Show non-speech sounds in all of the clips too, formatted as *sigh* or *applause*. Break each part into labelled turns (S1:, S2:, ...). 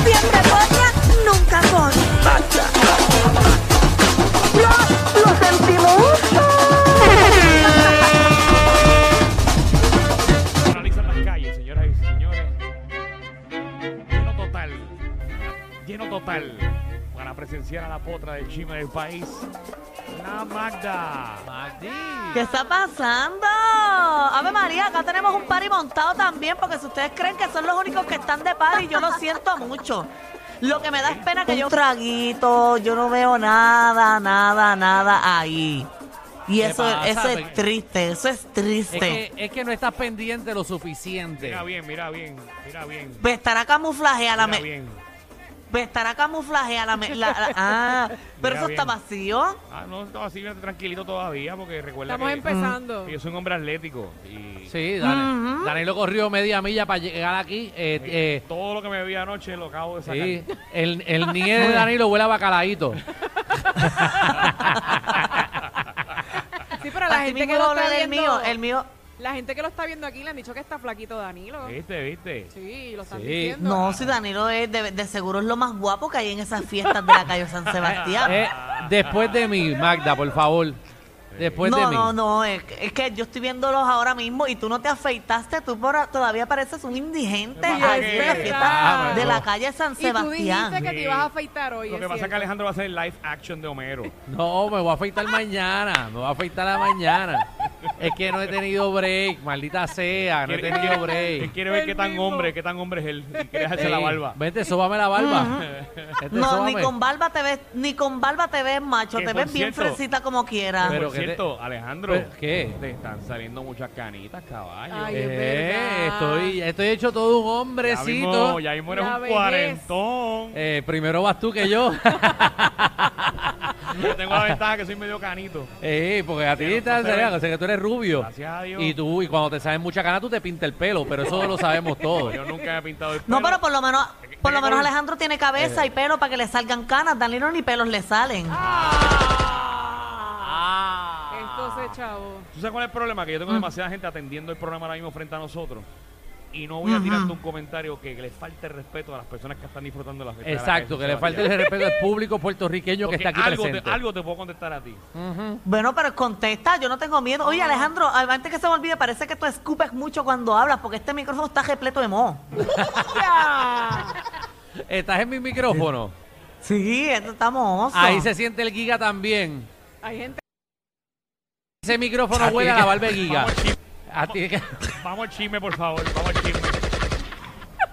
S1: Siempre potra, nunca con. ¡Lo, lo sentimos!
S2: Analizan las calles, señoras y señores. Lleno total. Lleno total. Para presenciar a la potra del chisme del país. La Magda.
S1: ¿Qué está pasando? Ave María, acá tenemos un party montado también, porque si ustedes creen que son los únicos que están de party, yo lo siento mucho. Lo que me da es pena que yo... Un traguito, yo no veo nada, nada, nada ahí. Y eso,
S3: pasa?
S1: eso es triste, eso es triste.
S3: Es que, es que no estás pendiente lo suficiente.
S2: Mira bien, mira bien, mira bien.
S1: Ve, Pues estará camuflajeada,
S2: Mira
S1: me,
S2: bien.
S1: ve, estará camuflajeada, me- la- la- ah, pero
S2: Mira
S1: eso está
S2: bien.
S1: vacío.
S2: Ah, no, no, así mira, tranquilito todavía, porque recuerda
S4: Estamos
S2: que,
S4: empezando.
S2: que yo soy un hombre atlético. Y
S3: Sí, Dani- Danilo corrió media milla para llegar aquí. Eh, eh,
S2: todo lo que me vi anoche lo acabo de sacar.
S3: sí, el, el nie de Danilo huele a bacalaíto.
S4: Sí, pero la
S1: Así
S4: gente
S1: mismo
S4: que
S1: va a
S4: lo está
S1: hablar el
S4: viendo,
S1: mío, el mío.
S4: la gente que lo está viendo aquí le han dicho que está flaquito Danilo.
S2: ¿Viste, viste?
S4: Sí, lo están
S3: Sí.
S4: diciendo.
S1: No, si Danilo es de, de seguro es lo más guapo que hay en esas fiestas de la calle San
S2: Ah.
S1: Sebastián.
S3: Eh, después de mí, Magda, por favor. Después de
S1: no,
S3: mí.
S1: no, no, es, que- es que yo estoy viéndolos ahora mismo y tú no te afeitaste, tú por- todavía pareces un indigente
S2: Lo que pasa
S1: ahí
S2: que-
S1: en la
S4: Ah,
S1: fiesta
S4: bueno.
S1: de la calle San
S4: Y tú dijiste
S1: Sebastián.
S4: que te ibas a afeitar hoy.
S2: Lo que
S4: es
S2: pasa es que
S4: cierto.
S2: Alejandro va a hacer el live action de Homero.
S3: No, me voy a afeitar mañana. Me voy a afeitar a la mañana. Es que no he tenido break, maldita sea. Ah, No he
S2: Quiere-
S3: tenido
S2: Él
S3: break.
S2: quiere ver
S4: El
S2: qué tan
S4: mismo.
S2: hombre, qué tan hombre es él. Y quiere dejarse
S3: Sí.
S2: la barba.
S3: Vente, sóbame la barba. Vente,
S1: No, ni
S3: sóbame.
S1: con barba te ves, ni con barba te ves macho,
S2: Que
S1: te
S2: por
S1: ves bien
S2: cierto-
S1: fresita como quieras.
S3: Pero
S2: Por
S3: que te-
S2: cierto, Alejandro,
S3: Pero, pues, ¿qué?
S2: Te están saliendo muchas canitas, caballo.
S4: Ay, es
S3: Eh,
S4: verdad.
S3: estoy, estoy hecho todo un
S2: ya
S3: hombrecito.
S2: mismo, ya mismo eres
S4: La
S2: un
S4: vejez.
S2: cuarentón.
S3: Eh, primero vas tú que yo. *laughs*
S2: Yo tengo la ventaja que soy medio canito.
S3: Eh, porque a ti
S2: Pero,
S3: te
S2: no se ve.
S3: sé que tú eres rubio.
S2: Gracias a Dios.
S3: Y tú, y cuando te salen mucha cana, tú te pintas el pelo, pero eso lo
S2: *laughs*
S3: sabemos todos.
S2: Yo nunca he pintado el pelo.
S1: no, pero por lo menos,
S2: ¿De qué-
S1: por
S2: de
S1: lo
S2: qué
S1: menos
S2: color?
S1: Alejandro tiene cabeza y pelo para que le salgan canas, Danilo ni pelos le salen.
S2: *laughs*
S4: Entonces, chavo.
S2: ¿Tú sabes cuál es el problema? Que yo tengo demasiada gente atendiendo el programa ahora mismo frente a nosotros. Y no voy a tirarte un comentario que le falte el respeto a las personas que están disfrutando de la fiesta. de la
S3: Exacto,
S2: calle
S3: que le
S2: San
S3: falte el respeto al público puertorriqueño
S2: Sebastián.
S3: que está aquí
S2: Porque algo
S3: presente.
S2: te, algo te puedo contestar a ti.
S1: Bueno, pero contesta, yo no tengo miedo. Oye, Alejandro, antes que se me olvide, parece que tú escupes mucho cuando hablas, porque este micrófono está repleto de moho.
S3: Estás en mi micrófono.
S1: Sí, esto está mohoso.
S3: Ahí se siente el giga también.
S4: Hay gente.
S3: Ese micrófono huele a la barba de giga.
S2: Vamos al chisme,
S3: A ti que-
S2: vamos al chisme, por favor. Vamos al chisme.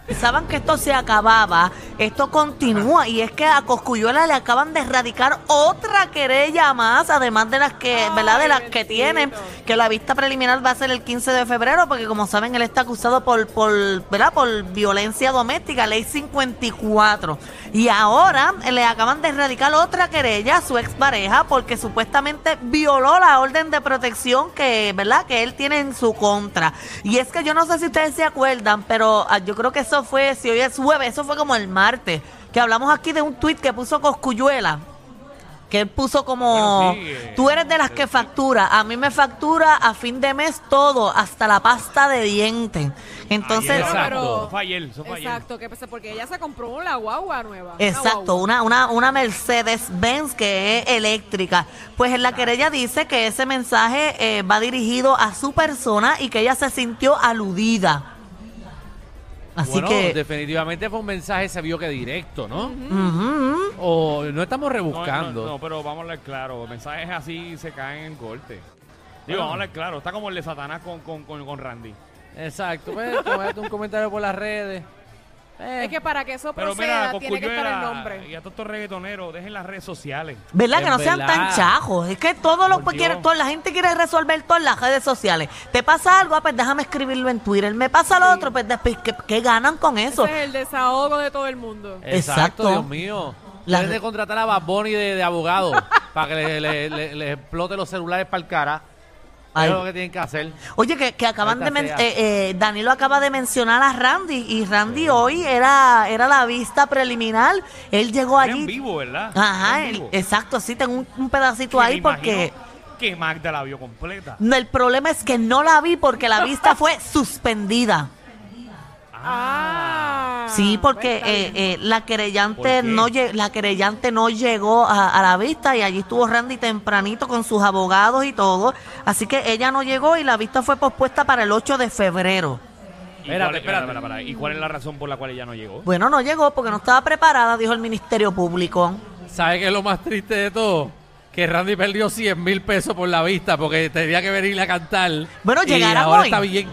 S1: Pensaban que esto se acababa, esto continúa, y es que a Coscuyuela le acaban de erradicar otra querella más, además de las que,
S4: Ay,
S1: ¿verdad? De las que
S4: bendito.
S1: tienen, que la vista preliminar va a ser el 15 de febrero, porque como saben, él está acusado por, por, ¿verdad? Por violencia doméstica, ley 54. Y ahora eh, le acaban de erradicar otra querella a su expareja, porque supuestamente violó la orden de protección que, ¿verdad? Que él tiene en su contra. Y es que yo no sé si ustedes se acuerdan, pero ah, yo creo que eso fue, si hoy es jueves, eso fue como el martes, que hablamos aquí de un tuit que puso Coscuyuela que él puso como
S2: Bueno, sí, eh,
S1: tú eres de las que factura a mí me factura a fin de mes todo hasta la pasta de dientes entonces
S2: Ayer,
S4: Pero,
S3: Exacto.
S2: Eso fue ayer, eso fue ayer.
S4: Exacto, que pasa porque ella se compró la guagua nueva. una
S1: Exacto,
S4: guagua.
S1: una, una, una Mercedes-Benz que es eléctrica. Pues en la querella dice que ese mensaje eh, va dirigido a su persona y que ella se sintió aludida. Así
S3: bueno,
S1: que...
S3: definitivamente fue un mensaje, se vio que directo, ¿no?
S1: ujú.
S3: O no estamos
S2: No,
S3: rebuscando.
S2: No, no, pero vamos a hablar claro. Mensajes así se caen en corte. Digo, vamos a hablar claro. Está como el de Satanás con, con, con, con Randy.
S3: Exacto, pues, te voy a hacer un comentario por las redes. Eh,
S4: Es que para que eso
S2: Pero
S4: proceda
S2: mira,
S4: tiene que estar el
S2: Cocuyuela
S4: nombre.
S2: y a todos estos reggaetoneros, dejen las redes sociales.
S1: ¿Verdad?
S3: Es
S1: que no sean tan
S3: verdad.
S1: chajos. Es que todos los
S2: Por
S1: que quieren,
S2: Dios.
S1: toda la gente quiere resolver todas las redes sociales. ¿Te pasa algo? Ah, pues déjame escribirlo en Twitter. ¿Me pasa lo otro? Pues después, ¿qué, qué ganan con eso?
S4: Ese es el desahogo de todo el mundo.
S3: Exacto,
S1: Exacto.
S3: Dios mío.
S1: La-
S3: Deben de contratar a Bad Bunny de, de abogado *laughs* para que le, le- le- le explote los celulares para el cara.
S1: Ay.
S3: Es lo que tienen que hacer.
S1: Oye, que, que acaban de...
S3: Maldita
S1: men-
S3: sea.
S1: eh, eh, Danilo acaba de mencionar a Randy y Randy hoy era, era la vista preliminar. Él llegó
S2: Era en
S1: allí.
S2: vivo, ¿verdad?
S1: Ajá,
S2: Era en
S1: el-
S2: vivo.
S1: exacto, sí, tengo un, un pedacito
S2: Que
S1: ahí
S2: me
S1: porque...
S2: imagino Que Magda la vio completa.
S1: No, El problema es que no la vi porque la vista
S2: *laughs*
S1: fue suspendida.
S4: Ah.
S1: Sí, porque
S4: pues está
S1: eh,
S4: bien.
S1: eh, la querellante
S2: ¿Por qué?
S1: no lle- la querellante no llegó a, a la vista y allí estuvo Randy tempranito con sus abogados y todo, así que ella no llegó y la vista fue pospuesta para el 8 de febrero.
S2: ¿Y
S3: Espérate,
S2: cuál-
S3: espérate.
S2: espera, espera, ¿Y cuál es la razón por la cual ella no llegó?
S1: Bueno, no llegó porque no estaba preparada, dijo el Ministerio Público.
S3: ¿Sabes qué es lo más triste de todo? Que Randy perdió 100 mil pesos por la vista porque tenía que venir a cantar.
S1: Bueno,
S3: Y
S1: llegará
S3: ahora
S1: hoy.
S3: está bien.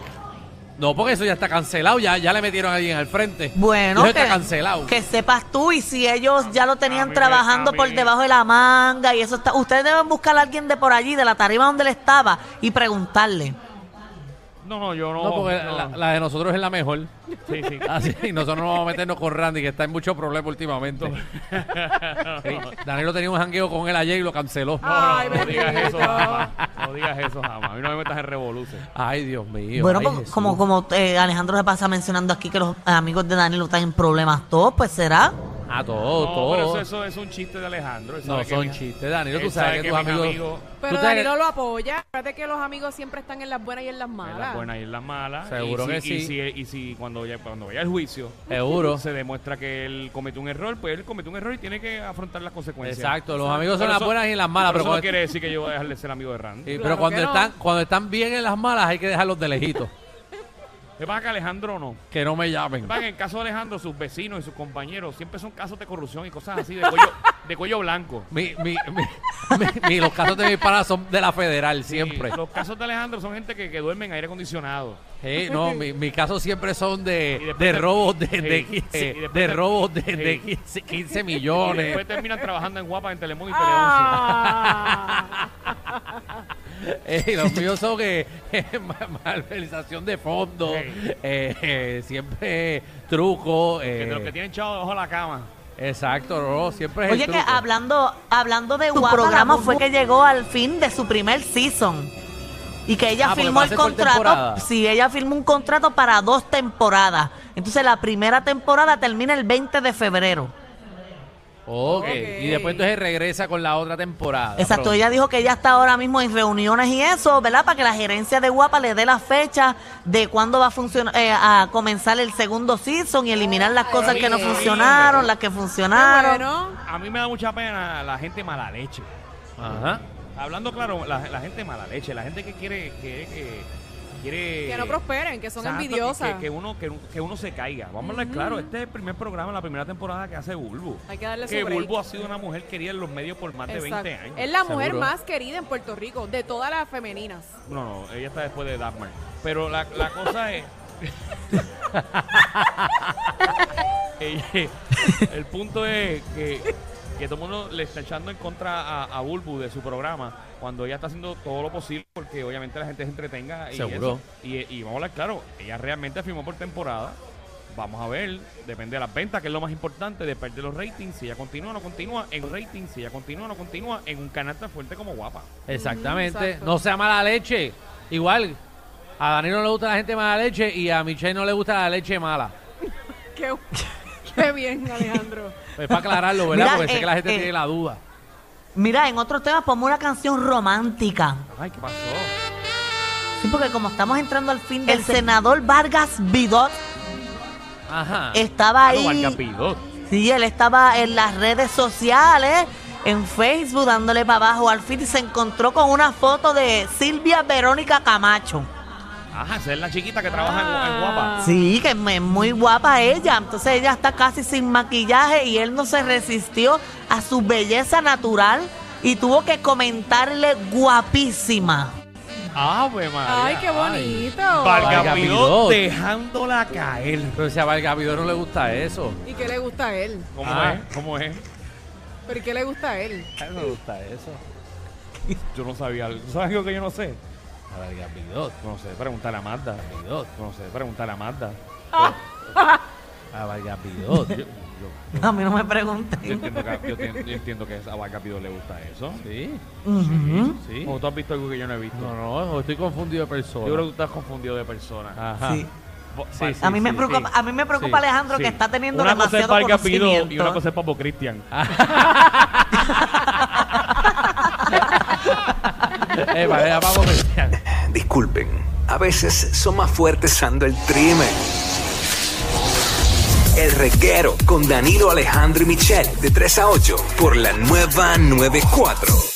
S3: No, porque eso ya está cancelado. Ya, ya le metieron a alguien al frente.
S1: Bueno,
S3: Eso
S1: que,
S3: está cancelado.
S1: que sepas tú y si ellos ya lo tenían
S2: A mí me-
S1: trabajando
S2: a mí-
S1: por debajo de la manga y eso está, ustedes deben buscar a alguien de por allí, de la tarima donde él estaba y preguntarle.
S2: No, no, yo no.
S3: No, porque
S2: no.
S3: La, la de nosotros es la mejor.
S2: Sí, sí.
S3: *laughs* Así, Ah, y nosotros no vamos a meternos con Randy, que está en muchos problemas últimamente. *laughs* Sí, Danilo tenía un jangueo con él ayer y lo canceló.
S4: Ah. Ay,
S2: no, no digas eso
S4: bendito.
S2: jamás. No digas eso jamás. A mí no me metas en revolución.
S3: Ay, Dios mío.
S1: Bueno,
S3: ay,
S1: como,
S3: Jesús.
S1: como, como, eh, Alejandro se pasa mencionando aquí que los amigos de Danilo están en problemas todos, pues será.
S3: A Ah, todo,
S2: No,
S3: todo.
S2: pero eso, eso es un chiste de Alejandro. Él
S3: No,
S2: sabe que
S3: son
S2: mi-
S3: chistes, Danilo. Tú
S2: él
S3: sabes
S2: sabe que
S3: que, tus
S2: mis
S3: amigos.
S2: amigos-
S4: Pero
S3: tú sabes
S4: Danilo lo apoya. Acuérdate que los amigos siempre están en las buenas y en las malas.
S2: En las buenas y en las malas.
S3: Seguro
S2: y si,
S3: que
S2: y
S3: sí.
S2: si- y si cuando, ya, cuando vaya al juicio
S3: Seguro.
S2: se demuestra que él cometió un error, pues él cometió un error y tiene que afrontar las consecuencias.
S3: Exacto, los amigos son
S2: Pero
S3: las
S2: eso-
S3: buenas y las malas.
S2: pero eso
S3: Pero,
S2: no
S3: cuando,
S2: quiere decir que yo voy a dejar de ser amigo de Randy.
S3: sí, pero
S4: Claro
S3: cuando
S4: que no.
S3: están, cuando están bien en las malas hay que dejarlos de lejitos.
S2: Es para que Alejandro no.
S3: que no me llamen.
S2: Para que en el caso de Alejandro, sus vecinos y sus compañeros siempre son casos de corrupción y cosas así de cuello, de cuello blanco.
S3: Mi, mi, mi- mi- mi- los casos de mis panas son de la federal, siempre.
S2: Y los casos de Alejandro son gente que, que duerme en aire acondicionado.
S3: Sí, no,
S2: *laughs*
S3: mi- mis casos siempre son
S2: Y
S3: de,
S2: después
S3: de
S2: te-
S3: robos de,
S2: sí,
S3: de
S2: sí,
S3: 15,
S2: y después
S3: de
S2: te-
S3: robos de, de
S2: sí.
S3: 15, 15
S2: Y después
S3: millones.
S2: terminan trabajando en Guapa, en Telemundo y Tele 11.
S4: Ah.
S3: *laughs* Eh, y los míos son eh, *laughs* eh, ma- malversación de fondos,
S2: Sí.
S3: eh, eh, siempre truco.
S2: Que de los
S3: Eh,
S2: que tienen chavo debajo de la cama.
S3: exacto, no, siempre es el
S1: Oye, que
S3: truco.
S1: hablando, hablando de tu programa fue que llegó al fin de su primer season. Y que ella
S3: Ah, porque
S1: firmó
S3: va a
S1: el
S3: ser por
S1: contrato.
S3: temporada.
S1: Sí, ella firmó un contrato para dos temporadas. Entonces la primera temporada termina el 20 de febrero.
S3: Ok, y después
S4: Ok.
S3: entonces regresa con la otra temporada.
S1: Exacto,
S3: pronto.
S1: ella dijo que ella está ahora mismo en reuniones y eso, ¿verdad? Para que la gerencia de Guapa le dé la fecha de cuándo va a funcionar, eh, a comenzar el segundo season y eliminar las cosas que no
S4: Ay.
S1: funcionaron, las que
S4: Qué
S1: funcionaron.
S4: bueno.
S2: A mí me da mucha pena la gente mala leche.
S3: Ajá.
S2: Hablando claro, la, la gente mala leche, la gente que quiere que, que- quiere
S4: Que no prosperen, que son
S2: Exacto, que-
S4: envidiosas.
S2: Que, que uno, que, que uno se caiga. Vamos a hablar claro, este es el primer programa, la primera temporada que hace Bulbo.
S4: Hay que darle su
S2: Que
S4: break.
S2: Bulbo ha sido una mujer querida en los medios por más de
S4: Exacto.
S2: 20 años.
S4: Es la mujer
S3: Seguro.
S4: más querida en Puerto Rico, de todas las femeninas.
S2: No, no, ella está después de Dahmer. Pero la, la cosa es. Ella- el punto es que, que todo el mundo le está echando en contra a, a Bulbu de su programa cuando ella está haciendo todo lo posible porque obviamente la gente se entretenga. Y
S3: Seguro.
S2: eso. Y, y vamos a hablar claro, ella realmente firmó por temporada. Vamos a ver, depende de las ventas, que es lo más importante, depende de los ratings, si ella continúa o no continúa en ratings, si ella continúa o no continúa en un canal tan fuerte como Guapa.
S3: Exactamente.
S4: Mm, exacto.
S3: No sea mala leche. Igual, a Danilo no le gusta la gente mala leche y a Michelle no le gusta la leche mala.
S4: Qué, *laughs* qué bien, Alejandro.
S3: Pues para aclararlo, ¿verdad?
S1: Mira,
S3: Porque sé
S1: eh,
S3: que la gente
S1: eh.
S3: tiene la duda.
S1: Mira, en otros temas pongo una canción romántica.
S2: Ay, ¿qué pasó?
S1: Sí, porque como estamos entrando al fin del El senador Vargas Vidot
S3: Ajá.
S1: Eh. estaba
S2: Claro, Vargas
S1: ahí.
S2: Vidot.
S1: Sí, él estaba en las redes sociales, en Facebook, dándole para abajo al fin y se encontró con una foto de Silvia Verónica Camacho.
S2: Ajá, esa es la chiquita que trabaja en Gua- en, Guapa.
S1: Sí, que es muy guapa ella. Entonces ella está casi sin maquillaje y él no se resistió a su belleza natural y tuvo que comentarle guapísima. *laughs*
S2: ¡Ave María!
S4: Ay, qué bonito.
S2: Valga
S3: Valga
S2: Pidot
S3: Pidot.
S2: dejándola caer.
S3: Pero si a Valgavidor no le gusta eso.
S4: ¿Y qué le gusta a él?
S2: ¿Cómo
S3: Ah.
S2: es? ¿Cómo es?
S4: ¿Pero y qué le gusta a él?
S3: A él no le gusta eso.
S2: Yo no sabía. algo. ¿Tú sabes algo que yo no sé?
S3: A Valgavidor.
S2: No sé, preguntar a Magda. No sé, preguntar a Magda.
S1: Ah.
S2: *laughs*
S3: A Valgavidor.
S2: Yo, yo-
S1: A mí no me pregunten.
S2: yo entiendo, que, yo tien- yo entiendo que a Valga Pidot le gusta eso.
S3: Sí,
S1: Ujú.
S3: sí.
S2: ¿O tú has visto algo que yo no he visto?
S3: No, no, estoy confundido de persona.
S2: Yo creo que tú estás confundido de persona.
S3: Ajá.
S1: Sí.
S2: Bo-
S3: Sí,
S2: Val-
S3: sí.
S1: A mí, me preocupa, a mí me preocupa
S3: sí,
S1: Alejandro
S3: sí.
S1: que está teniendo
S2: Una cosa es
S1: demasiado
S2: Valga Pidot y una
S1: conocimiento.
S2: cosa es Papo Cristian.
S3: Eh, vale, ya vamos a pensar.
S5: Disculpen, a veces son más fuertes ando el trimen. El reguero con Danilo Alejandro y Michel de 3 a 8 por la nueva 94.